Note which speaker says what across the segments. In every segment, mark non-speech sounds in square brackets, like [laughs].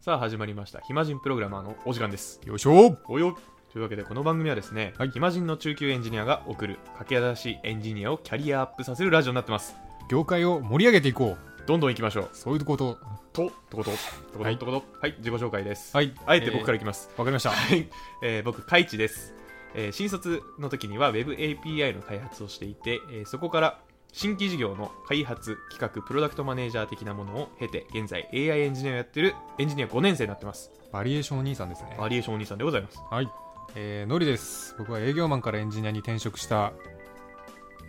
Speaker 1: さあ始まりました暇人プログラマーのお時間です
Speaker 2: よいしょ
Speaker 1: およというわけでこの番組はですね、
Speaker 2: はい
Speaker 1: 暇人の中級エンジニアが送る駆け出しエンジニアをキャリアアップさせるラジオになってます
Speaker 2: 業界を盛り上げていこう
Speaker 1: どんどん行きましょう
Speaker 2: そういうこと
Speaker 1: ととこととこと
Speaker 2: はい
Speaker 1: とことはい自己紹介です、
Speaker 2: はい
Speaker 1: あえて僕から
Speaker 2: ら
Speaker 1: いきます、
Speaker 2: わかりました
Speaker 1: はい、えー僕、カイチです、えー新卒の時には Web API の開発をしていて、えーそこから新規事業の開発、企画、プロダクトマネージャー的なものを経て、現在 AI エンジニアをやってるエンジニア5年生になってます。
Speaker 2: バリエーションお兄さんですね
Speaker 1: バリエーションお兄さんでございます。
Speaker 2: はいえー、のりです僕は営業マンからエンジニアに転職した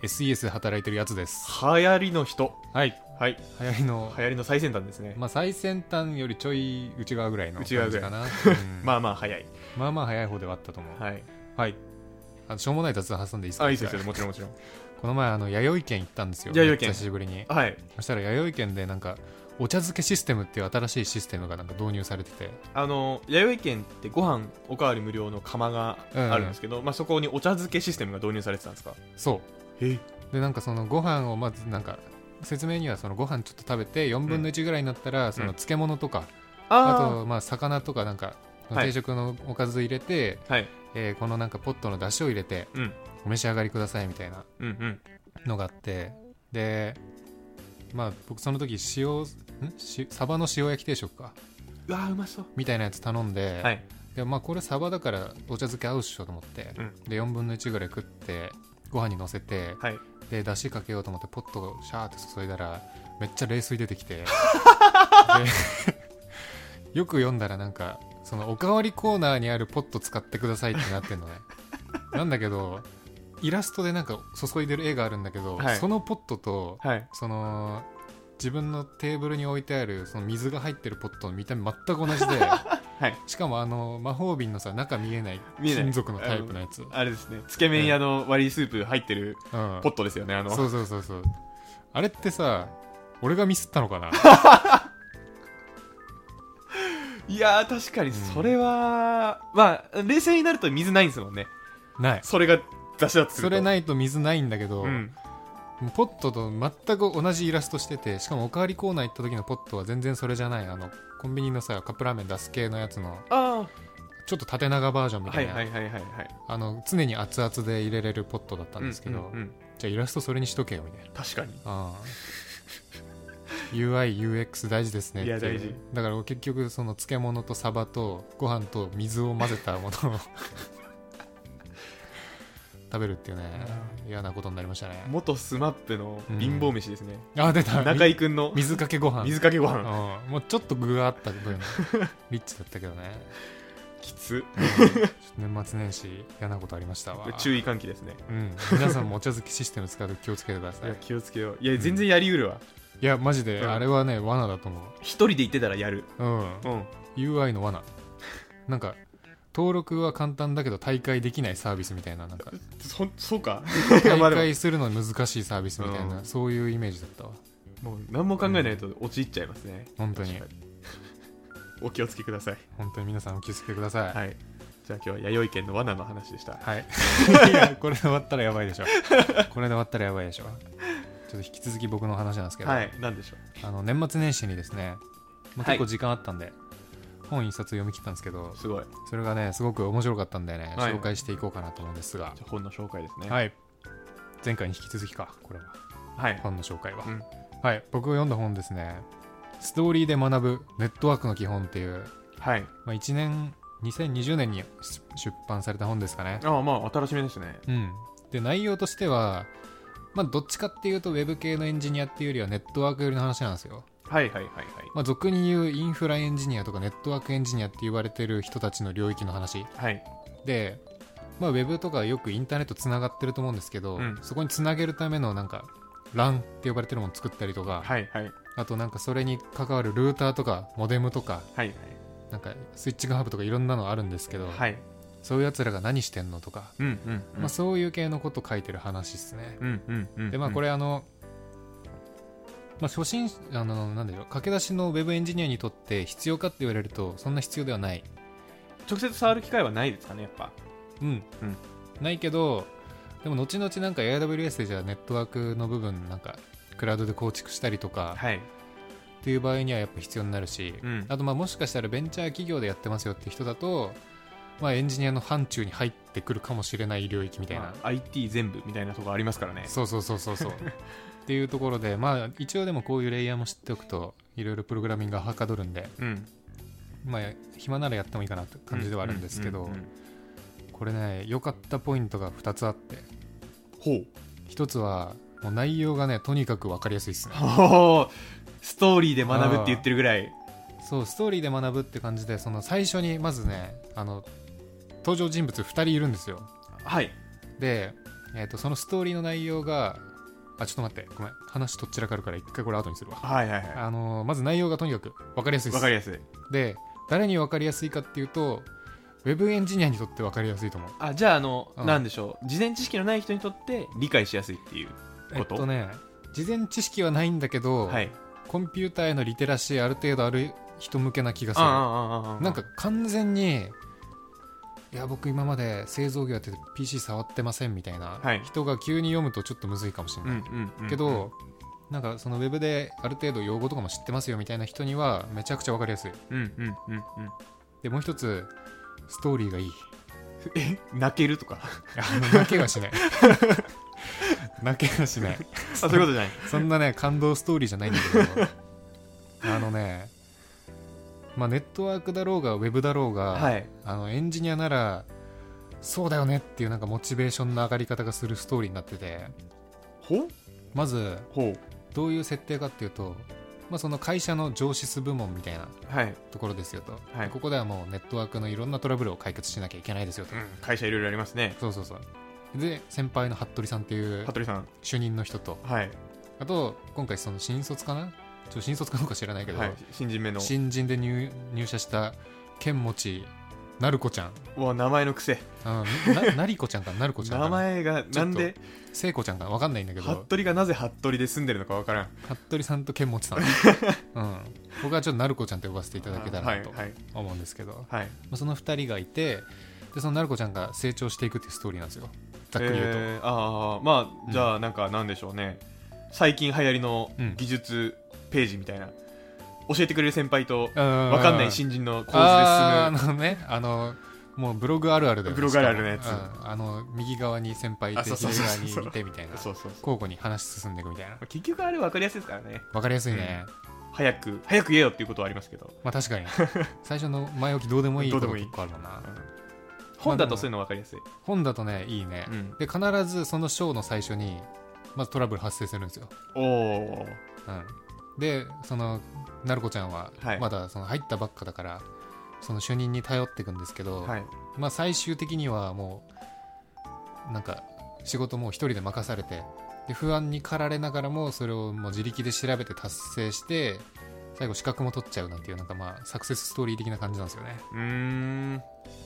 Speaker 2: SES 働いてるやつです
Speaker 1: 流行りの人。
Speaker 2: はい
Speaker 1: はい。
Speaker 2: 流行りの、
Speaker 1: 流行りの最先端ですね。
Speaker 2: まあ、最先端よりちょい内側ぐらいの
Speaker 1: 内側
Speaker 2: 感
Speaker 1: ぐ
Speaker 2: じ
Speaker 1: ら
Speaker 2: か
Speaker 1: い [laughs]
Speaker 2: な、うん
Speaker 1: まあまあ、早い。
Speaker 2: まあまあ早い方ではあったと思うはい、
Speaker 1: はい。
Speaker 2: あしょうもない雑談挟んでいいですか
Speaker 1: あ、いいですよ、もちろんもちろん。
Speaker 2: この前あの弥生県行ったんですよ
Speaker 1: 弥生県
Speaker 2: 久しぶりに
Speaker 1: はい。
Speaker 2: そしたら弥生県でなんかお茶漬けシステムっていう新しいシステムがなんか導入されてて
Speaker 1: あの、弥生県ってご飯おかわり無料の釜があるんですけど、まあそこにお茶漬けシステムが導入されてたんですか
Speaker 2: そ
Speaker 1: え
Speaker 2: うでなんかそのご飯をまずなんか説明にはそのご飯ちょっと食べて4分の1ぐらいになったらその漬物とか、あとまあ魚とかなんか
Speaker 1: はい
Speaker 2: 定食のおかず入れて、
Speaker 1: と、はい。
Speaker 2: えーこのなんかポットの出汁を入れて
Speaker 1: うん。
Speaker 2: お召し上がりくださいみたいな
Speaker 1: うんうん。
Speaker 2: のがあってでまあ僕その時塩んしサバの塩焼き定食か
Speaker 1: うわーうまそう
Speaker 2: みたいなやつ頼んで、
Speaker 1: はい
Speaker 2: でまあこれサバだからお茶漬け合うっしょと思って、
Speaker 1: うん
Speaker 2: で4分の1ぐらい食ってご飯にのせて、
Speaker 1: はい
Speaker 2: で出汁かけようと思ってポットをシャーって注いだらめっちゃ冷水出て
Speaker 1: [laughs]
Speaker 2: きてで [laughs] よく読んだらなんかそのおかわりコーナーにあるポット使ってくださいってなって
Speaker 1: [laughs]
Speaker 2: んのねなんだけどイラストでなんか注いでる絵があるんだけど、
Speaker 1: はい
Speaker 2: そのポットと
Speaker 1: はい
Speaker 2: その自分のテーブルに置いてあるその水が入ってるポットの見た目全く同
Speaker 1: [laughs]
Speaker 2: じで、
Speaker 1: い
Speaker 2: しかもあの魔法瓶のさ中見えない
Speaker 1: 見えない
Speaker 2: 金属のタイプのやつ、
Speaker 1: あれですねつけ麺屋の割りスープ入ってる
Speaker 2: うん
Speaker 1: ポットですよねあの
Speaker 2: そうそうそうそうあれってさ俺がミスったの
Speaker 1: [laughs]
Speaker 2: かな
Speaker 1: いやー確かにそれは、まあ冷静になると水ないんですもんね
Speaker 2: ない
Speaker 1: それが出しだとする
Speaker 2: そ
Speaker 1: と
Speaker 2: れ
Speaker 1: い
Speaker 2: ないと水ないんだけど、
Speaker 1: うん
Speaker 2: ポットと全く同じイラストしててしかもおかわりコーナー行った時のポットは全然それじゃないあのコンビニのさカップラーメン出す系のやつの
Speaker 1: あ
Speaker 2: ちょっと縦長バージョン
Speaker 1: あ
Speaker 2: み
Speaker 1: は
Speaker 2: たい
Speaker 1: い
Speaker 2: な、
Speaker 1: はいはいはいはい
Speaker 2: あの常に熱々で入れれるポットだったんですけど、
Speaker 1: うんうんうん
Speaker 2: じゃあイラストそれにしとけよみたいな
Speaker 1: 確かに
Speaker 2: あ [laughs] あ UIUX 大事ですねってう
Speaker 1: いや大事
Speaker 2: だから結局その漬物とサバとご飯と水を混ぜたものを [laughs] 食べるっていうね嫌なことになりましたね
Speaker 1: 元スマップの貧乏飯ですね、
Speaker 2: あ出た
Speaker 1: 中井くんの
Speaker 2: [laughs] み水かけご飯
Speaker 1: [laughs] 水かけご
Speaker 2: うん
Speaker 1: 飯
Speaker 2: もうちょっと具があった分 [laughs] リッチだったけどね
Speaker 1: きつ
Speaker 2: 年末年始嫌なことありましたわ
Speaker 1: 注意喚起ですね
Speaker 2: うん、皆さんもお茶漬けシステム使うと気をつけてくだ
Speaker 1: い
Speaker 2: さい
Speaker 1: や
Speaker 2: い
Speaker 1: 気をつけよういや全然やりうるわ
Speaker 2: やマジで
Speaker 1: うん
Speaker 2: あれはね罠だと思
Speaker 1: 一人で行ってたらやる
Speaker 2: ううん
Speaker 1: うん
Speaker 2: UI の罠なんか登録は簡単だけど大会できないサービスみたいななん
Speaker 1: [laughs]
Speaker 2: か
Speaker 1: そそうか
Speaker 2: [laughs] 大
Speaker 1: まあでも
Speaker 2: 会するの難しいサービスみたいな、
Speaker 1: うん
Speaker 2: そういうイメージだったわ
Speaker 1: もう何も考えないと陥っちゃいますね、
Speaker 2: 本当に
Speaker 1: 確かお気をつけください、
Speaker 2: 本当に皆さんお気をつけください
Speaker 1: はい、じゃあ今日は弥生県の罠の話でした [laughs]
Speaker 2: はい、い、やこれで終わったらやばいでしょこれで終わったらやばいでしょちょっと引き続き僕の話なんですけど、
Speaker 1: はい何でしょ
Speaker 2: あの年末年始にですね、まあ、
Speaker 1: はい
Speaker 2: 結構時間あったんで、本一冊読み切ったんですけど
Speaker 1: うすごい
Speaker 2: それがねすごく面白かったんでね、
Speaker 1: はい
Speaker 2: 紹介していこうかなと思うんですが
Speaker 1: じゃあ本の紹介ですねい、
Speaker 2: はい前回に引き続きかこれは
Speaker 1: はい、
Speaker 2: 本の紹介は、
Speaker 1: うん
Speaker 2: はい僕が読んだ本ですね「ストーリーで学ぶネットワークの基本」っていう、
Speaker 1: はい、
Speaker 2: まあ、1年2020年に出出版された本ですかね
Speaker 1: ああまあ新しめですね
Speaker 2: うんで内容としてはまあどっちかっていうとウェブ系のエンジニアっていうよりはネットワーク寄りの話なんですよ
Speaker 1: はいはいはいはい
Speaker 2: まあ俗に言うインフラエンジニアとかネットワークエンジニアって言われてる人たちの領域の話
Speaker 1: はい
Speaker 2: でまあウェブとかよくインターネットつながってると思うんですけど、
Speaker 1: うん
Speaker 2: そこにつなげるためのなんか LAN って呼ばれてるもの作ったりとか、
Speaker 1: はいはい
Speaker 2: あとなんかそれに関わるルーターとかモデムとか
Speaker 1: はい
Speaker 2: なんかスイッチングハブとかいろんなのあるんですけど、
Speaker 1: はい
Speaker 2: そういうやつらが何してんのとか、
Speaker 1: うんうんうん
Speaker 2: まあ、そういう系のこと書いてる話ですね。
Speaker 1: うんうんうん
Speaker 2: でまあこれあの、まあ、初心あのなんだろう駆け出しのウェブエンジニアにとって必要かって言われるとそんな必要ではない。
Speaker 1: 直接触る機会はないですかねやっぱ
Speaker 2: うん
Speaker 1: うん
Speaker 2: ないけどでも後々なんか AWS でじゃあネットワークの部分なんかクラウドで構築したりとか、
Speaker 1: はい
Speaker 2: っていう場合にはやっぱ必要になるし、
Speaker 1: うん
Speaker 2: あとまあもしかしたらベンチャー企業でやってますよって人だと、まあ、エンジニアの範疇に入ってくるかもしれない領域みたいな、
Speaker 1: まあ IT 全部みたいなとこありますからね
Speaker 2: そうそうそ
Speaker 1: [laughs]
Speaker 2: うそうそうっていうところでまあ一応でもこういうレイヤーも知っておくといろいろプログラミングがはかどるんで
Speaker 1: うん
Speaker 2: まあ暇ならやってもいいかなって感じではあるんですけど、
Speaker 1: うんうんうん
Speaker 2: これね良かったポイントが2つあって
Speaker 1: ほう
Speaker 2: 1つはもう内容がねとにかく分かりやすいですね
Speaker 1: ほうストーリーで学ぶって言ってるぐらい
Speaker 2: そうストーリーで学ぶって感じでその最初にまずねあの登場人物2人いるんですよ
Speaker 1: はい
Speaker 2: で、えー、とそのストーリーの内容があちょっと待ってごめん話とっちらかるから一回これ後にするわ
Speaker 1: はいはいは
Speaker 2: あのーまず内容がとにかく分かりやすい
Speaker 1: い
Speaker 2: で
Speaker 1: わ
Speaker 2: す
Speaker 1: かりやすい
Speaker 2: で誰に分かりやすいかっていうとウェブエンジニアにとって分かりやすいと思う
Speaker 1: あじゃああの、
Speaker 2: うん
Speaker 1: なんでしょう事前知識のない人にとって理解しやすいっていう
Speaker 2: え
Speaker 1: こ
Speaker 2: っ
Speaker 1: と
Speaker 2: とね事前知識はないんだけど、
Speaker 1: はい
Speaker 2: コンピューターへのリテラシーある程度ある人向けな気がする
Speaker 1: あ
Speaker 2: なんか完全にいや僕今まで製造業やってて PC 触ってませんみたいな
Speaker 1: はい
Speaker 2: 人が急に読むとちょっとむずいかもしれ
Speaker 1: うん
Speaker 2: ない、
Speaker 1: うんうん
Speaker 2: けどなんかそのウェブである程度用語とかも知ってますよみたいな人にはめちゃくちゃ分かりやすい
Speaker 1: うんうんうんうん
Speaker 2: でもう一つストーリー
Speaker 1: [laughs]
Speaker 2: がいい
Speaker 1: え泣けるとか
Speaker 2: あの泣けはしない泣けはしない
Speaker 1: あそういうことじゃない
Speaker 2: そんなね感動ストーリーじゃないんだけどあのねまあネットワークだろうがウェブだろうが、
Speaker 1: はい
Speaker 2: あのエンジニアならそうだよねっていうなんかモチベーションの上がり方がするストーリーになってて
Speaker 1: ほ
Speaker 2: まず
Speaker 1: ほ
Speaker 2: どういう設定かっていうと、まあ、その会社の上質部門みたいな
Speaker 1: うはい、
Speaker 2: ところですよと、
Speaker 1: はい
Speaker 2: ここではもうネットワークのいろんなトラブルを解決しなきゃいけないですよと、
Speaker 1: うん、会社いろいろありますね
Speaker 2: そうそうそうで先輩の服部さんっていう
Speaker 1: 服部さん
Speaker 2: 主任の人と
Speaker 1: はい、
Speaker 2: あと今回その新卒かなちょっと新卒かどうか知らないけど、
Speaker 1: はい、新人目の
Speaker 2: 新人で入入社した剣持なるこちゃん
Speaker 1: うわ名前の癖
Speaker 2: あのな [laughs] なりこちゃんかなるこちゃん
Speaker 1: 名
Speaker 2: かな
Speaker 1: 前がなんで
Speaker 2: 聖子ちゃんかわかんないんだけど
Speaker 1: 服部がなぜ服部で住んでるのかわからん
Speaker 2: 服部さんと剣持
Speaker 1: [laughs]
Speaker 2: さん、うん、僕はちょっとなるこちゃんって呼ばせていただけた
Speaker 1: は
Speaker 2: ら
Speaker 1: い
Speaker 2: なと
Speaker 1: はい
Speaker 2: 思うんですけど、
Speaker 1: はい
Speaker 2: まあその2人がいてでそのなるこちゃんが成長していくっていうストーリーなんですよざっくり言うと、
Speaker 1: えーああまあじゃあなんかなんでしょうね、最近流行りの
Speaker 2: うん
Speaker 1: 技術ページみたいな、教えてくれる先輩と
Speaker 2: うん
Speaker 1: わかんない新人の構図で
Speaker 2: あ
Speaker 1: 進む
Speaker 2: ーあのねあのもうブログあるあるだよね
Speaker 1: ブログあるあるのやつ
Speaker 2: しかもうんあの右側に先輩い
Speaker 1: あ
Speaker 2: て
Speaker 1: そうそう
Speaker 2: 左
Speaker 1: そう
Speaker 2: 側
Speaker 1: そう
Speaker 2: にいてみたいな
Speaker 1: そ
Speaker 2: 交
Speaker 1: うそうそう
Speaker 2: 互に話進んでいくみたいな
Speaker 1: まあ結局あれ分かりやすいですからね
Speaker 2: わかりやすいね、
Speaker 1: 早く早く言えよっていうことはありますけど、
Speaker 2: まあ確かに最初の前置きどうでもいい
Speaker 1: ど
Speaker 2: こ
Speaker 1: うで
Speaker 2: と
Speaker 1: もいい
Speaker 2: 結構あるもんな
Speaker 1: うん本だとそういうの分かりやすい、
Speaker 2: 本だとねいいね、
Speaker 1: うん
Speaker 2: で必ずその章の最初にまずトラブル発生するんですよ、
Speaker 1: おお
Speaker 2: うん、でそのなるこちゃんは
Speaker 1: はい
Speaker 2: まだその入ったばっかだから、その主任に頼っていくんですけど、
Speaker 1: ーはい
Speaker 2: まあ最終的にはもうなんか仕事もう一人で任されてで不安に駆られながらもそれをもう自力で調べて達成して最後資格も取っちゃうなんていうなんかまあサクセスストーリー的な感じなんですよね
Speaker 1: うーん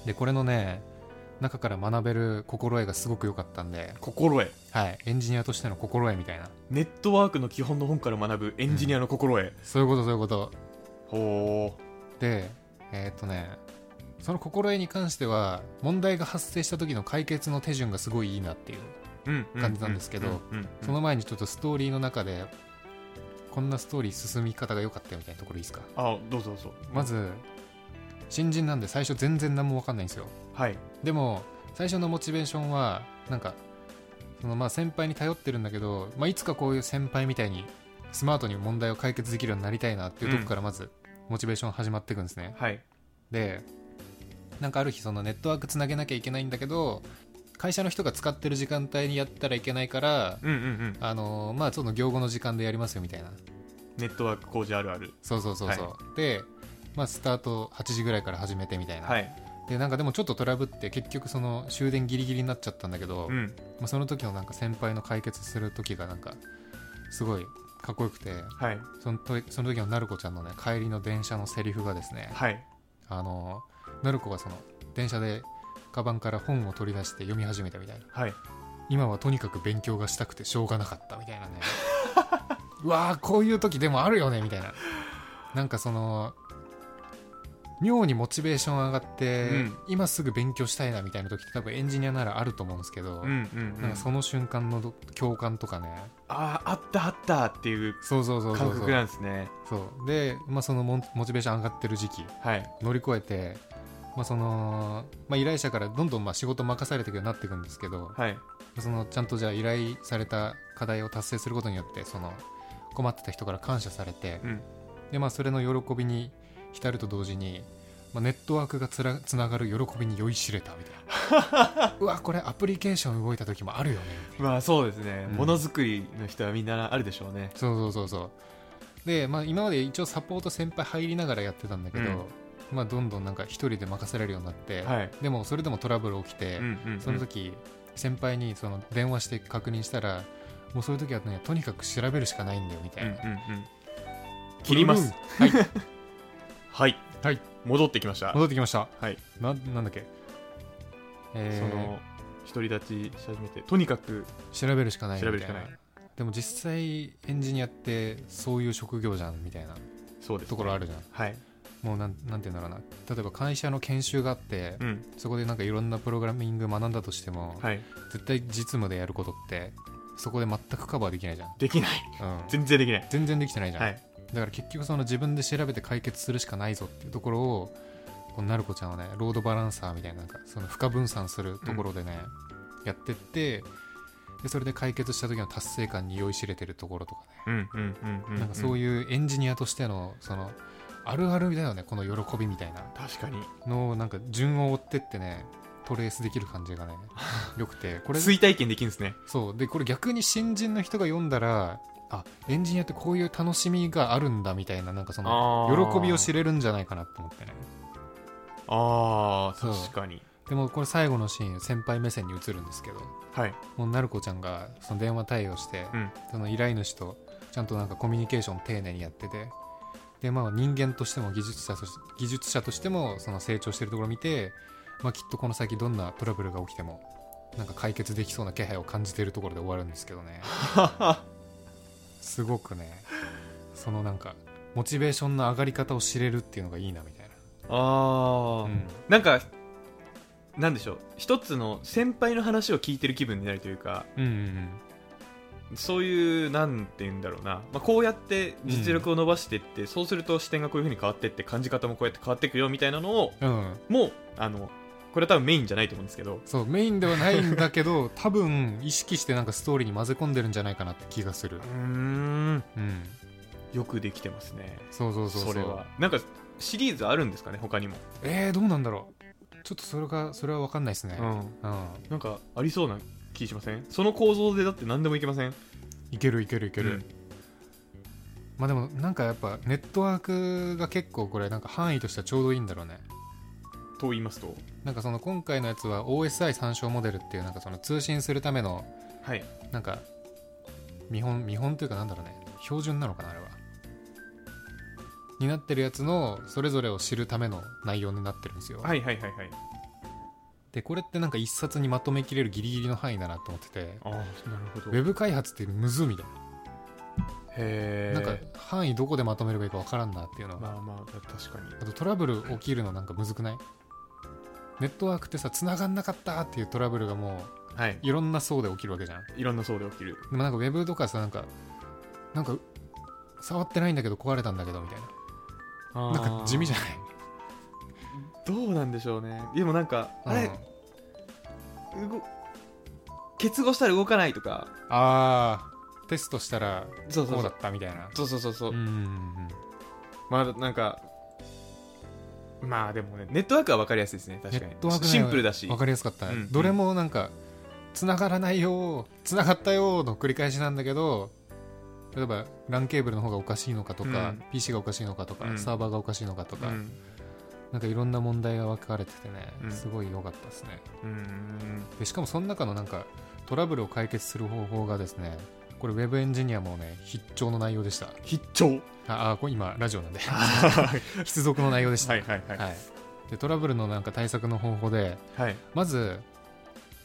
Speaker 2: でこれのね中から学べる心得がすごく良かったんで
Speaker 1: 心得
Speaker 2: はい、エンジニアとしての心得みたいな
Speaker 1: ネットワークの基本の本から学ぶエンジニアの心得、
Speaker 2: そういうことそういうこと
Speaker 1: ほ
Speaker 2: でえーっとねその心得に関しては問題が発生した時の解決の手順がすごいいいなっていう
Speaker 1: う、うん
Speaker 2: 感じなんですけど
Speaker 1: うんうん
Speaker 2: その前にちょっとストーリーの中でこんなストーリー進み方が良かったよみたいなところいいですか
Speaker 1: あどうぞどうぞ
Speaker 2: まず新人なんで最初全然何も分かんないんですよ
Speaker 1: はい
Speaker 2: でも最初のモチベーションはなんかそのまあ先輩に頼ってるんだけど、まあ、いつかこういう先輩みたいにスマートに問題を解決できるようになりたいなっていうとこからまずモチベーション始まっていくんですね、
Speaker 1: はい
Speaker 2: でなんかある日そのネットワークつなげなきゃいけないんだけど会社の人が使ってる時間帯にやったらいけないから
Speaker 1: うんうんうん
Speaker 2: あのーまあその業後の時間でやりますよみたいな
Speaker 1: ネットワーク工事あるある
Speaker 2: そうそうそうそう、
Speaker 1: は
Speaker 2: でまあスタート8時ぐらいから始めてみたいな、
Speaker 1: はい
Speaker 2: でなんかでもちょっとトラブって結局その終電ギリギリになっちゃったんだけど、
Speaker 1: うん
Speaker 2: まあ、その時のなんか先輩の解決する時がなんかすごいかっこよくて
Speaker 1: はい
Speaker 2: そのとその時のなるこちゃんのね帰りの電車のセリフがですね
Speaker 1: はい
Speaker 2: あのなるこがその電車でカバンから本を取り出して読み始めたみたいな
Speaker 1: はい
Speaker 2: 今はとにかく勉強がしたくてしょうがなかったみた
Speaker 1: [laughs]
Speaker 2: いなねうわーこういう時でもあるよねみたいななんかその妙にモチベーション上がって、
Speaker 1: うん
Speaker 2: 今すぐ勉強したいなみたいな時って多分エンジニアならあると思うんですけど、
Speaker 1: うんうんうん
Speaker 2: なんかその瞬間のど共感とかね
Speaker 1: あああったあったっていう
Speaker 2: そうそうそうそ
Speaker 1: 感
Speaker 2: うそ
Speaker 1: 覚な
Speaker 2: うん
Speaker 1: ですね
Speaker 2: そうで、まあ、そのモンモチベーション上がってる時期
Speaker 1: はい
Speaker 2: 乗り越えて、まあそのまあ、依頼者からどんどんまあ仕事任されていくようになっていくんですけど、
Speaker 1: はい
Speaker 2: そのちゃんとじゃあ依頼された課題を達成することによってその困ってた人から感謝されて、
Speaker 1: うん
Speaker 2: でまあ、それの喜びに浸ると同時に、まあ、ネットワークがつらつながる喜びに酔いしれたみたい
Speaker 1: [laughs]
Speaker 2: なうわこれアプリケーション動いた時もあるよねみたいな
Speaker 1: まあそうですね
Speaker 2: うん
Speaker 1: ものづくりの人はみんなあるでしょうね
Speaker 2: そうそうそうそうで、まあ、今まで一応サポート先輩入りながらやってたんだけど、まあ、どんどんなんか一人で任せられるようになって、
Speaker 1: はい
Speaker 2: でもそれでもトラブル起きて、
Speaker 1: うんうんうん
Speaker 2: その時先輩にその電話して確認したらもうそういう時はねとにかく調べるしかないんだよみた
Speaker 1: うん
Speaker 2: いうな、
Speaker 1: んうん切ります
Speaker 2: はい [laughs]
Speaker 1: はい
Speaker 2: はい
Speaker 1: 戻ってきました
Speaker 2: 戻ってきました
Speaker 1: はい
Speaker 2: ななんだっけ
Speaker 1: そ
Speaker 2: え
Speaker 1: の独り立ちし始めてとにかく
Speaker 2: ー調べるしかないみたいな
Speaker 1: 調べるしかない
Speaker 2: でも実際エンジニアってそういう職業じゃんみたいな
Speaker 1: そうです
Speaker 2: ところあ
Speaker 1: る
Speaker 2: るじゃん
Speaker 1: はい
Speaker 2: もうなんなんていうんだろうな例えば会社の研修があって、
Speaker 1: うん
Speaker 2: そこでなんかいろんなプログラミング学んだとしても、
Speaker 1: はい
Speaker 2: 絶対実務でやることってそこで全くカバーできないじ
Speaker 1: できない [laughs]
Speaker 2: ゃん、うん、
Speaker 1: 全然できない
Speaker 2: 全然できてないじゃん、
Speaker 1: はい
Speaker 2: だから結局その自分で調べて解決するしかないぞっていうところをこのなるこちゃんはねロードバランサーみたいななんかその負荷分散するところでね、やってってでそれで解決した時の達成感に酔いしれてるところとかね、
Speaker 1: うんうんうんうん
Speaker 2: なんかそう
Speaker 1: いう
Speaker 2: いうエンジニアとしてのそのあるあるだよねこの喜びみたいな
Speaker 1: 確かに
Speaker 2: のをなんか順を追ってってねトレースできる感
Speaker 1: [laughs]
Speaker 2: じがねよくてこれ
Speaker 1: 追体験できるんですね
Speaker 2: そうでこれ逆に新人の人が読んだらあエンジニアってこういう楽しみがあるんだみたいななんかその
Speaker 1: あー
Speaker 2: 喜びを知れるんじゃないかなと思ってね
Speaker 1: ああ
Speaker 2: そう
Speaker 1: 確かに
Speaker 2: でもこれ最後のシーン先輩目線に映るんですけど
Speaker 1: はい
Speaker 2: もうなるこちゃんがその電話対応して、
Speaker 1: うん
Speaker 2: その依頼主とちゃんとなんかコミュニケーション丁寧にやっててでまあ人間としても技術者とし技術者としてもその成長してるところを見て、まあ、きっとこの先どんなトラブルが起きてもなんか解決できそうな気配を感じてるところで終わるんですけど [laughs] ねすごくねそのなんかモチベーションの上がり方を知れるっていうのがいいなみたい
Speaker 1: ああ、
Speaker 2: な、うん、
Speaker 1: なんかなんでしょう一つの先輩の話を聞いてる気分になるというか
Speaker 2: うんうん
Speaker 1: そういうなんて言うんだろうな、まあ、こうやって実力を伸ばしていって、そうすると視点がこういう風に変わっていって感じ方もこうやって変わっていくよみたいなのを
Speaker 2: うんうん
Speaker 1: もうあのこれは多分メインじゃないと思うんですけど
Speaker 2: そうメインではないんだけど [laughs] 多分意識してなんかストーリーに混ぜ込んでるんじゃないかなって気がする
Speaker 1: うん
Speaker 2: うん
Speaker 1: よくできてますね
Speaker 2: そうそうそう
Speaker 1: そうれはなんかシリーズあるんですかね他にも、
Speaker 2: えー、どうなんだろうちょっとそれがそれは分かんないですねうん、
Speaker 1: なんかありそうな気しませんその構造でだって何でもいけませんい
Speaker 2: いけるいけるいける、まあでもなんかやっぱネットワークが結構これなんか範囲としてはちょうどいいんだろうね
Speaker 1: と言いますと
Speaker 2: なんかその今回のやつは OSI 参照モデルっていうなんかその通信するための
Speaker 1: はい
Speaker 2: なんか見本見本というかなんだろうね標準なのかなあれはになってるやつのそれぞれを知るための内容になってるんですよ、
Speaker 1: はいはいはいはい
Speaker 2: でこれってなんか一冊にまとめきれるギリギリの範囲だなと思ってて
Speaker 1: ああなるほど
Speaker 2: ウ
Speaker 1: へ
Speaker 2: ェブ開発ってむずみたいな,、
Speaker 1: え
Speaker 2: なんか範囲どこでまとめればいいかわからんなっていうのは、
Speaker 1: まあまあ確かに
Speaker 2: あとトラブル起きるのなんかむずくないネットワークってさ繋がんなかったっていうトラブルがも
Speaker 1: はい、
Speaker 2: ういろんな層で起きるわけじゃん
Speaker 1: いろんな層で起きる。
Speaker 2: でもなんかウェブとかさなんかなんか触ってないんだけど壊れたんだけどみたいななんか地味じゃ
Speaker 1: ん。
Speaker 2: ない
Speaker 1: どうなんでしょうね。でもなんか、あれ
Speaker 2: うん、
Speaker 1: 動結合したら動かないとか、
Speaker 2: あーテストしたら
Speaker 1: そうそ
Speaker 2: こ
Speaker 1: う
Speaker 2: う
Speaker 1: そ
Speaker 2: だっ
Speaker 1: う。
Speaker 2: たみたいな
Speaker 1: そうそうそうそうう。
Speaker 2: んうんうん
Speaker 1: まあなんか、まあでもね、ネットワークは分かりやすいですね、確かに。
Speaker 2: ネットワークね
Speaker 1: シンプルだし。
Speaker 2: わかりやすかったね、
Speaker 1: うん
Speaker 2: どれもなんか繋がらないよ繋がったよの繰り返しなんだけど例えば LAN ケーブルの方がおかしいのかとか、
Speaker 1: うん
Speaker 2: PC がおかしいのかとか、
Speaker 1: うん
Speaker 2: サーバーがおかしいのかと
Speaker 1: う
Speaker 2: か、
Speaker 1: ん。
Speaker 2: なんかいろんな問題が分かれててね、
Speaker 1: うん
Speaker 2: すごい良かったですね
Speaker 1: うん
Speaker 2: でしかもその中のなんかトラブルを解決する方法がですねこれウェブエンジニアもね必聴の内容でした
Speaker 1: 必聴
Speaker 2: ああこれ今ラジオなんで
Speaker 1: [laughs] はい
Speaker 2: [laughs] 必読の内容でした
Speaker 1: はいはい。
Speaker 2: はいでトラブルのなんか対策の方法で
Speaker 1: はい。
Speaker 2: まず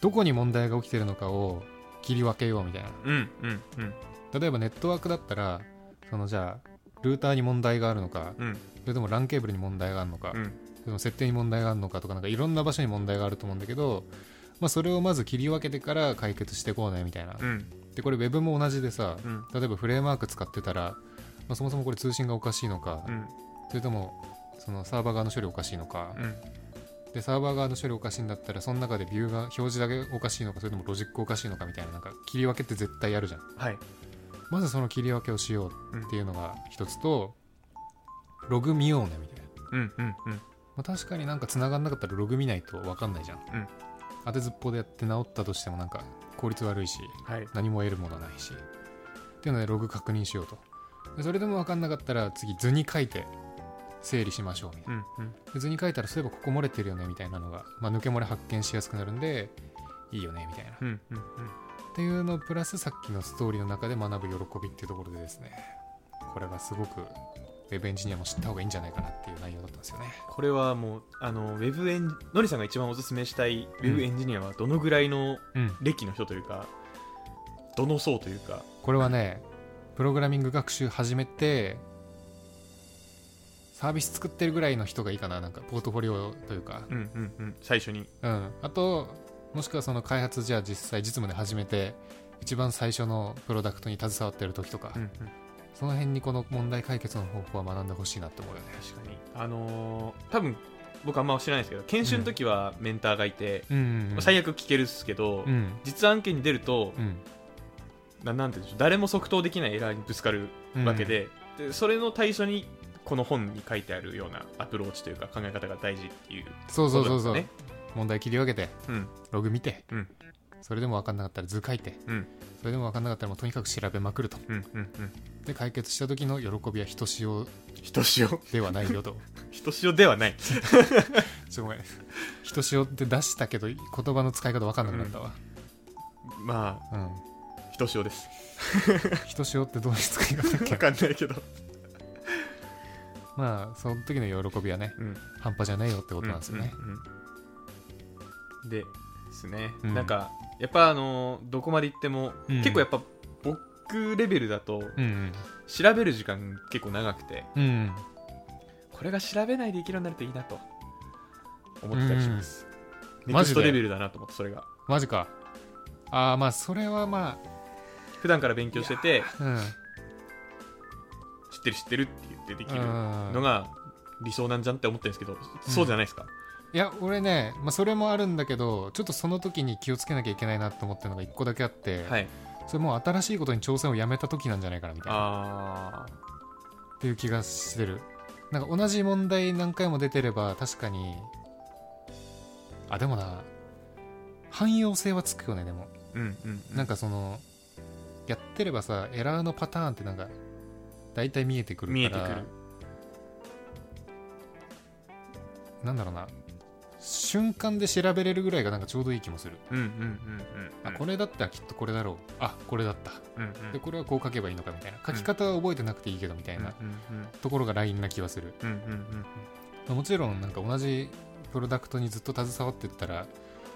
Speaker 2: どこに問題が起きてるのかを切り分けようみたいな
Speaker 1: うんうんうん
Speaker 2: 例えばネットワークだったらそのじゃあルーターに問題があるのか
Speaker 1: うん。
Speaker 2: それとも LAN ケーブルに問題があるのか、
Speaker 1: うん
Speaker 2: その設定に問題があるのかとかなんかいろんな場所に問題があると思うんだけど、まあ、それをまず切り分けてから解決していこうねみたいな、
Speaker 1: うん
Speaker 2: でこれ Web も同じでさ、
Speaker 1: うん
Speaker 2: 例えばフレームワーク使ってたら、まあ、そもそもこれ通信がおかしいのか、
Speaker 1: うん
Speaker 2: それともそのサーバー側の処理おかしいのか、
Speaker 1: うん
Speaker 2: でサーバー側の処理おかしいんだったらその中でビューが表示だけおかしいのかそれともロジックおかしいのかみたいななんか切り分けって絶対やるじゃん
Speaker 1: はい
Speaker 2: まずその切り分けをしようっていうのが一つと、ログ見ようねみたいな、
Speaker 1: うんうんうん
Speaker 2: まあ、確かになんか繋がんなかったらログ見ないと分かんないじゃん、
Speaker 1: うん
Speaker 2: 当てずっぽうでやって治ったとしてもなんか効率悪いし
Speaker 1: はい
Speaker 2: 何も得るものはないしっていうのでログ確認しようとでそれでも分かんなかったら次図に書いて整理しましょうみたいな
Speaker 1: うんうん
Speaker 2: で図に書いたらそういえばここ漏れてるよねみたいなのが、まあ、抜け漏れ発見しやすくなるんでいいよねみたいな
Speaker 1: うんうんうん
Speaker 2: っていうのプラスさっきのストーリーの中で学ぶ喜びっていうところでですねこれがすごくウェブエンジニアも知った方がいいんじゃないかなっていう内容だったんですよね
Speaker 1: これはもうあのウェブエンのりさんが一番おすすめしたいウェブエンジニアはどのぐらいの
Speaker 2: うん
Speaker 1: 歴の人というか、どの層というか
Speaker 2: これはねプログラミング学習始めてサービス作ってるぐらいの人がいいかななんかポートフォリオというか
Speaker 1: うんうんうん最初に
Speaker 2: うんあともしくはその開発じゃあ実際実務で始めて一番最初のプロダクトに携わってる時とか、
Speaker 1: うんうん
Speaker 2: その辺にこの問題解決の方法は学んでほしいなって思うよね。
Speaker 1: 確かにあのー多分僕あんま知らないですけど研修の時はメンターがいて、
Speaker 2: うんうん、
Speaker 1: 最
Speaker 2: 悪。
Speaker 1: 悪聞けるっすけど、
Speaker 2: うん。
Speaker 1: 実案件に出ると、
Speaker 2: う
Speaker 1: ななんて言うんでしょう誰も即答できないエラーにぶつかる
Speaker 2: ん。
Speaker 1: わけで,、でそれの対処にこの本に書いてあるようなアプローチというか考え方が大事っていう
Speaker 2: うん。そう
Speaker 1: こ
Speaker 2: そう
Speaker 1: と
Speaker 2: そう
Speaker 1: です
Speaker 2: そ
Speaker 1: か
Speaker 2: う、
Speaker 1: ね。
Speaker 2: 問題切り分けて、
Speaker 1: うん
Speaker 2: ログ見て、
Speaker 1: うん
Speaker 2: それでも分かんなかったら図書いて、
Speaker 1: うん
Speaker 2: それでも分かんなかったらもうとにかく調べまくると。
Speaker 1: うんうんうん
Speaker 2: で、解決した時の喜びはひとしお
Speaker 1: ひとしお
Speaker 2: ではない [laughs] よと。
Speaker 1: ひとしおではない
Speaker 2: ちょっとごめん。ひとしおって出したけど、言葉の使い方分かんなくなったわ。
Speaker 1: ま
Speaker 2: うん。
Speaker 1: あひとしお
Speaker 2: [laughs]
Speaker 1: です
Speaker 2: ひとしおってどういう使い方だ
Speaker 1: 分
Speaker 2: っ [laughs] け
Speaker 1: かんないけど
Speaker 2: まあ、その時の喜びはね、
Speaker 1: うん
Speaker 2: 半端じゃないよってことなんですよね。
Speaker 1: うんうんうんでですね、
Speaker 2: うん
Speaker 1: なんかやっぱあのーどこまで行っても、
Speaker 2: うん
Speaker 1: 結構やっぱ僕レベルだと
Speaker 2: うんうん。
Speaker 1: 調べる時間結構長くて
Speaker 2: うんうん。
Speaker 1: これが調べないでいけるようになるといいなと思ってたりします、
Speaker 2: うん
Speaker 1: ネクスト
Speaker 2: マジで
Speaker 1: レベルだなと思ってそれが
Speaker 2: マジか。ああ、まあ、それはま
Speaker 1: 普段から勉強してて
Speaker 2: あ、うん。
Speaker 1: 知ってる知ってるって言ってできる
Speaker 2: うん
Speaker 1: のが理想なんじゃんって思ってるんですけど、そうじゃないですか
Speaker 2: いや俺ね、まあ、それもあるんだけどちょっとその時に気をつけなきゃいけないなと思ってるのが1個だけあって、
Speaker 1: はい
Speaker 2: それもう新しいことに挑戦をやめた時なんじゃないかなみたいなっ
Speaker 1: あー
Speaker 2: ていう気がしてるなんか同じ問題何回も出てれば確かにあでもな汎用性はつくよねでも、
Speaker 1: うんうんう
Speaker 2: なんかそのやってればさエラーのパターンってなんか大体見えてくるから
Speaker 1: 見えてくる
Speaker 2: なんだろうな瞬間で調べれるぐらいがなんかちょうどいい気もする
Speaker 1: うんうんうんうん
Speaker 2: あこれだったらきっとこれだろうあこれだった
Speaker 1: うんうん
Speaker 2: でこれはこう書けばいいのかみたいな書き方は覚えてなくていいけどみたいな
Speaker 1: うんうん
Speaker 2: ところがラインな気はする、
Speaker 1: うんうんうん
Speaker 2: まあもちろんなんか同じプロダクトにずっと携わってったら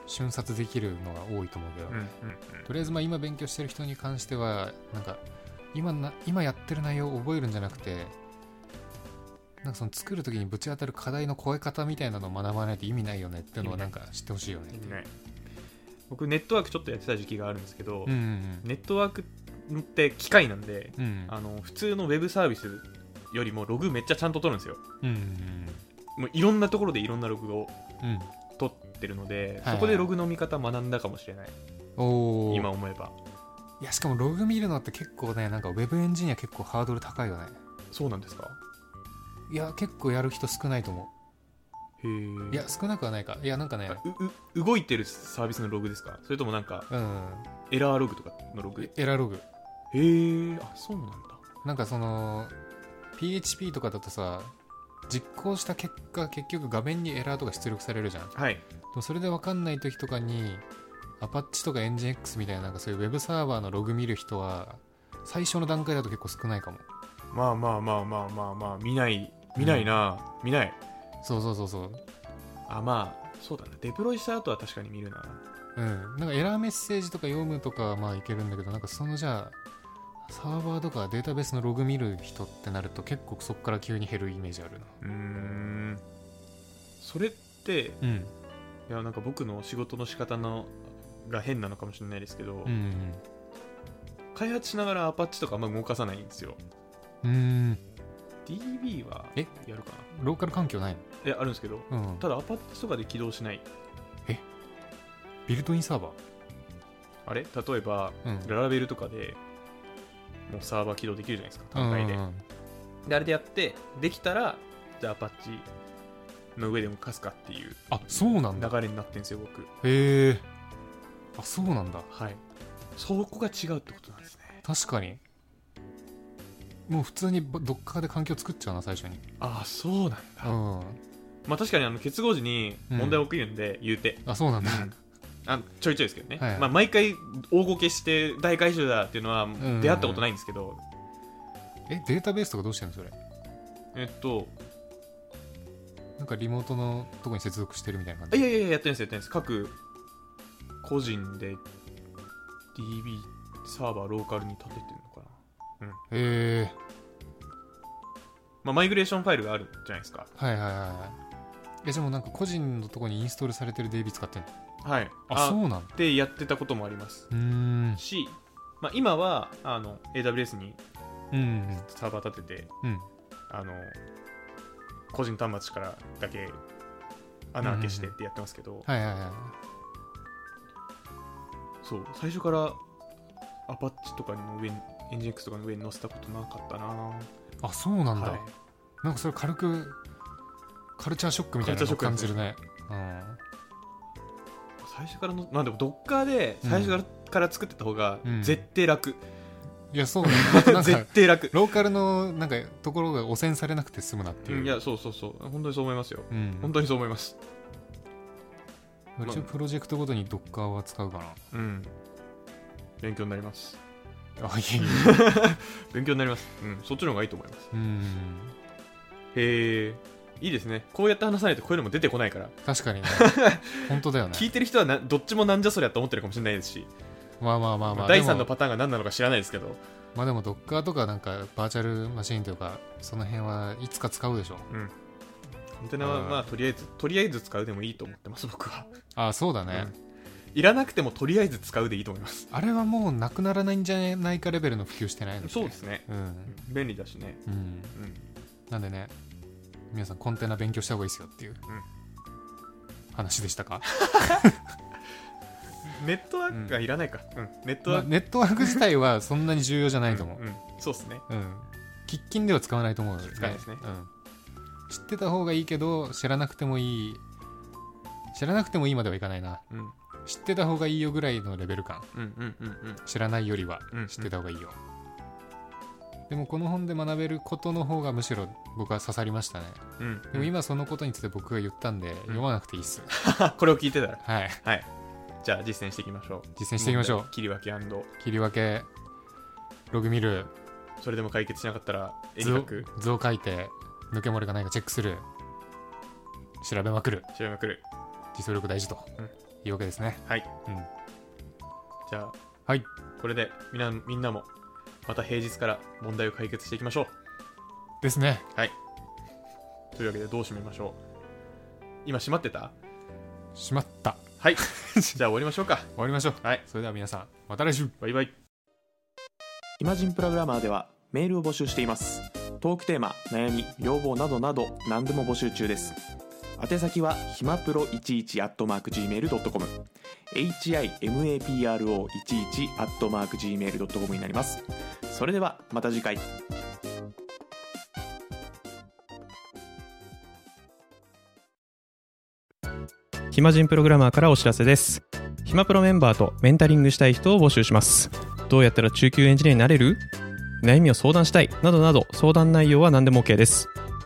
Speaker 2: 瞬殺できるのが多いと思うけど、
Speaker 1: うんうん
Speaker 2: とりあえずまあ今勉強してる人に関してはなんか今な今やってる内容を覚えるんじゃなくてなんかその作る時にぶち当たる課題の超え方みたいなのを学ばないと意味ないよねっていうのはなんか知ってほしいよね
Speaker 1: うんうん僕ネットワークちょっとやってた時期があるんですけど、
Speaker 2: うんうん
Speaker 1: ネットワークって機械なんで
Speaker 2: うんうん
Speaker 1: あの普通のウェブサービスよりもログめっちゃちゃんと取るんですよ
Speaker 2: うん
Speaker 1: もういろんなところでいろんなログを
Speaker 2: うんうん
Speaker 1: 取ってるので、
Speaker 2: はい
Speaker 1: そこでログの見方学んだかもしれない
Speaker 2: おー
Speaker 1: 今思えば
Speaker 2: いやしかもログ見るのって結構ねなんかウェブエンジニア結構ハードル高いよね
Speaker 1: そうなんですか
Speaker 2: いや結構やる人少ないと思
Speaker 1: へ
Speaker 2: う
Speaker 1: え
Speaker 2: いや少なくはないかいやなんかね
Speaker 1: あうう動いてるサービスのログですかそれともなんか
Speaker 2: うん
Speaker 1: エラーログとかのログへ
Speaker 2: エラーログ
Speaker 1: えあそうなんだ
Speaker 2: なんかその PHP とかだとさ実行した結果結局画面にエラーとか出力されるじゃんで
Speaker 1: はい
Speaker 2: もそれで分かんない時とかにアパッチとかエンジン X みたいななんかそういうウェブサーバーのログ見る人は最初の段階だと結構少ないかも
Speaker 1: まあまあまあまあまあまあ見ない見ないな、見ない
Speaker 2: そうそうそうそう
Speaker 1: あまあそうだなデプロイした後は確かに見るな
Speaker 2: うん、なんかエラーメッセージとか読むとかはまあいけるんだけどなんかそのじゃあサーバーとかデータベースのログ見る人ってなると結構そこから急に減るイメージあるな
Speaker 1: うーんそれって
Speaker 2: うん
Speaker 1: いやなんか僕の仕事の仕方のが変なのかもしれないですけど、
Speaker 2: うん
Speaker 1: 開発しながらアパッチとかあんま動かさないんですよ
Speaker 2: うんうんうーん
Speaker 1: DB は
Speaker 2: え
Speaker 1: やるかな
Speaker 2: ローカル環境ない
Speaker 1: えあるんですけど
Speaker 2: のうん
Speaker 1: ただアパッチとかで起動しない
Speaker 2: ビルトインサーバ
Speaker 1: あれ例えば
Speaker 2: ーうん
Speaker 1: ララベルとかでもうサーバー起動できるじゃないですか単体で、
Speaker 2: うんうんうん
Speaker 1: であれでやってできたらじゃあアパッチの上でも貸すかっていう
Speaker 2: あそうなんだ
Speaker 1: 流れになってるんですよ僕
Speaker 2: へえあそうなんだ
Speaker 1: はいそこが違うってことなんですね
Speaker 2: 確かにもう普通にばどっかで環境作っちゃうな最初に
Speaker 1: ああそうなんだ、
Speaker 2: うん
Speaker 1: まあ確かにあの結合時に問題起きるんで、言うて
Speaker 2: あそうなんだ
Speaker 1: あちょいちょいですけどね、
Speaker 2: はいはい
Speaker 1: まあ、毎回大ごけして大回収だっていうのは
Speaker 2: ん
Speaker 1: 出会ったことないんですけど、
Speaker 2: えデータベースとかどうしてんのそれ
Speaker 1: えっと
Speaker 2: なんかリモートのとこに接続してるみたいな感
Speaker 1: あ
Speaker 2: じ
Speaker 1: いやいやいややってるんですやってるんです各個人で DB サーバーローカルに立ててるのかな、
Speaker 2: へえ
Speaker 1: まあ、マイグレーションファイルがあるじゃないですか
Speaker 2: はいはいはいはいえじゃあもうなんか個人のとこにインストールされてる DB 使ってんの
Speaker 1: はい
Speaker 2: あそう
Speaker 1: っ
Speaker 2: なんだ
Speaker 1: てやってたこともあります
Speaker 2: うーん
Speaker 1: し、まあ、今はあの AWS に
Speaker 2: うん
Speaker 1: サーバー立てて
Speaker 2: うん
Speaker 1: あの個人端末からだけ穴開けしてってやってますけど、
Speaker 2: はいはいはい
Speaker 1: そう最初からアパッチとかの上に NGX とかの上に載せたことなかったな
Speaker 2: あそうなんだ、
Speaker 1: はい
Speaker 2: なんかそれ軽くカルチャーショックみたいなのを感じるねうん
Speaker 1: 最初からのまあでもドッカーで最初から,、作ってた方が
Speaker 2: うん
Speaker 1: 絶対楽、
Speaker 2: いやそうだ、ね、あ [laughs] となんか
Speaker 1: 絶対楽、
Speaker 2: ローカルのなんかところが汚染されなくて済むなっていう。
Speaker 1: うんいやそうそうそう本当にそう思いますよ
Speaker 2: うん、
Speaker 1: 本当にそう思います
Speaker 2: うちのプロジェクトごとに Docker は使うかな。
Speaker 1: うん勉強になります
Speaker 2: あ、いえいえ。 [laughs]
Speaker 1: 勉強になりますうんそっちの方がいいと思います
Speaker 2: うん。
Speaker 1: へえいいですねこうやって話さないとこういうのも出てこないから、
Speaker 2: 確かに [laughs] ね。本当だよね。
Speaker 1: 聞いてる人はなどっちもなんじゃそりゃと思ってるかもしれないですし、
Speaker 2: まあまあまあまあ。
Speaker 1: 第3の
Speaker 2: でも
Speaker 1: パターンが何なのか知らないですけど
Speaker 2: まあでも Docker とかなんかバーチャルマシーンというか、その辺はいつか使うでしょ。
Speaker 1: コンテナは
Speaker 2: うん
Speaker 1: まあとりあえずとりあえず使うでもいいと思ってます僕は、
Speaker 2: あ、そうだね。
Speaker 1: いらなくてもとりあえず使うでいいと思います
Speaker 2: あれはもうなくならないんじゃないかレベルの普及してないの、ね。
Speaker 1: そうですね
Speaker 2: うん。
Speaker 1: 便利だしね
Speaker 2: うん。
Speaker 1: うん
Speaker 2: なんでね、皆さんコンテナ勉強した方がいいですよっていう、話でしたか。
Speaker 1: ネットワークがいらないか、うんネット
Speaker 2: ま
Speaker 1: ワ
Speaker 2: あ
Speaker 1: ーク、
Speaker 2: ネットワーク自体はそんなに重要じゃないと思う
Speaker 1: うん。うんそうですね
Speaker 2: うん。喫緊では使わないと思うので、
Speaker 1: 使わないですね
Speaker 2: うん。知ってた方がいいけど、知らなくてもいい。知らなくてもいいまではいかないな。
Speaker 1: うん
Speaker 2: 知ってた方がいいよぐらいのレベル感。
Speaker 1: うんうんうんうん
Speaker 2: 知らないよりは
Speaker 1: うん
Speaker 2: 知ってた方がいいよ。でもこの本で学べることの方がむしろ僕は刺さりましたね。
Speaker 1: うん
Speaker 2: でも今そのことについて僕が言ったんで、読まなくていいっす。
Speaker 1: これを聞いてたら
Speaker 2: はい。
Speaker 1: はいじゃあ実践していきましょう
Speaker 2: 実践していきましょう。
Speaker 1: 切り分け
Speaker 2: 切り分け、ログ見る、
Speaker 1: それでも解決しなかったら絵に
Speaker 2: 図
Speaker 1: 描
Speaker 2: を
Speaker 1: く
Speaker 2: 図を書いて、抜け漏れがないかチェックする。調べまくる。
Speaker 1: 調べまくる
Speaker 2: 実力大事と、
Speaker 1: うん
Speaker 2: いうわけですね。
Speaker 1: はい
Speaker 2: うん
Speaker 1: じゃあ
Speaker 2: はい
Speaker 1: これでみなみんなもまた平日から問題を解決していきましょう
Speaker 2: ですね。
Speaker 1: はい。というわけで、どう閉めましょう今、閉まって
Speaker 2: [laughs]
Speaker 1: た
Speaker 2: しまった。
Speaker 1: はい。じゃあ終わりましょうか。
Speaker 2: 終わりましょう。
Speaker 1: はい。
Speaker 2: それでは皆さん、また来週
Speaker 1: バイバイ。イマジンプログラマーではメールを募集しています。トークテーマ、悩み、要望などなど何でも募集中です。宛先はひまプロ11アットマーク gmail.com himapro11 アットマーク gmail.com になります。それではまた次回。
Speaker 3: ヒマジンプログラマーからお知らせです。ヒマプロメンバーとメンタリングしたい人を募集します。どうやったら中級エンジニアになれる悩みを相談したいなどなど相談内容は何でも OK です。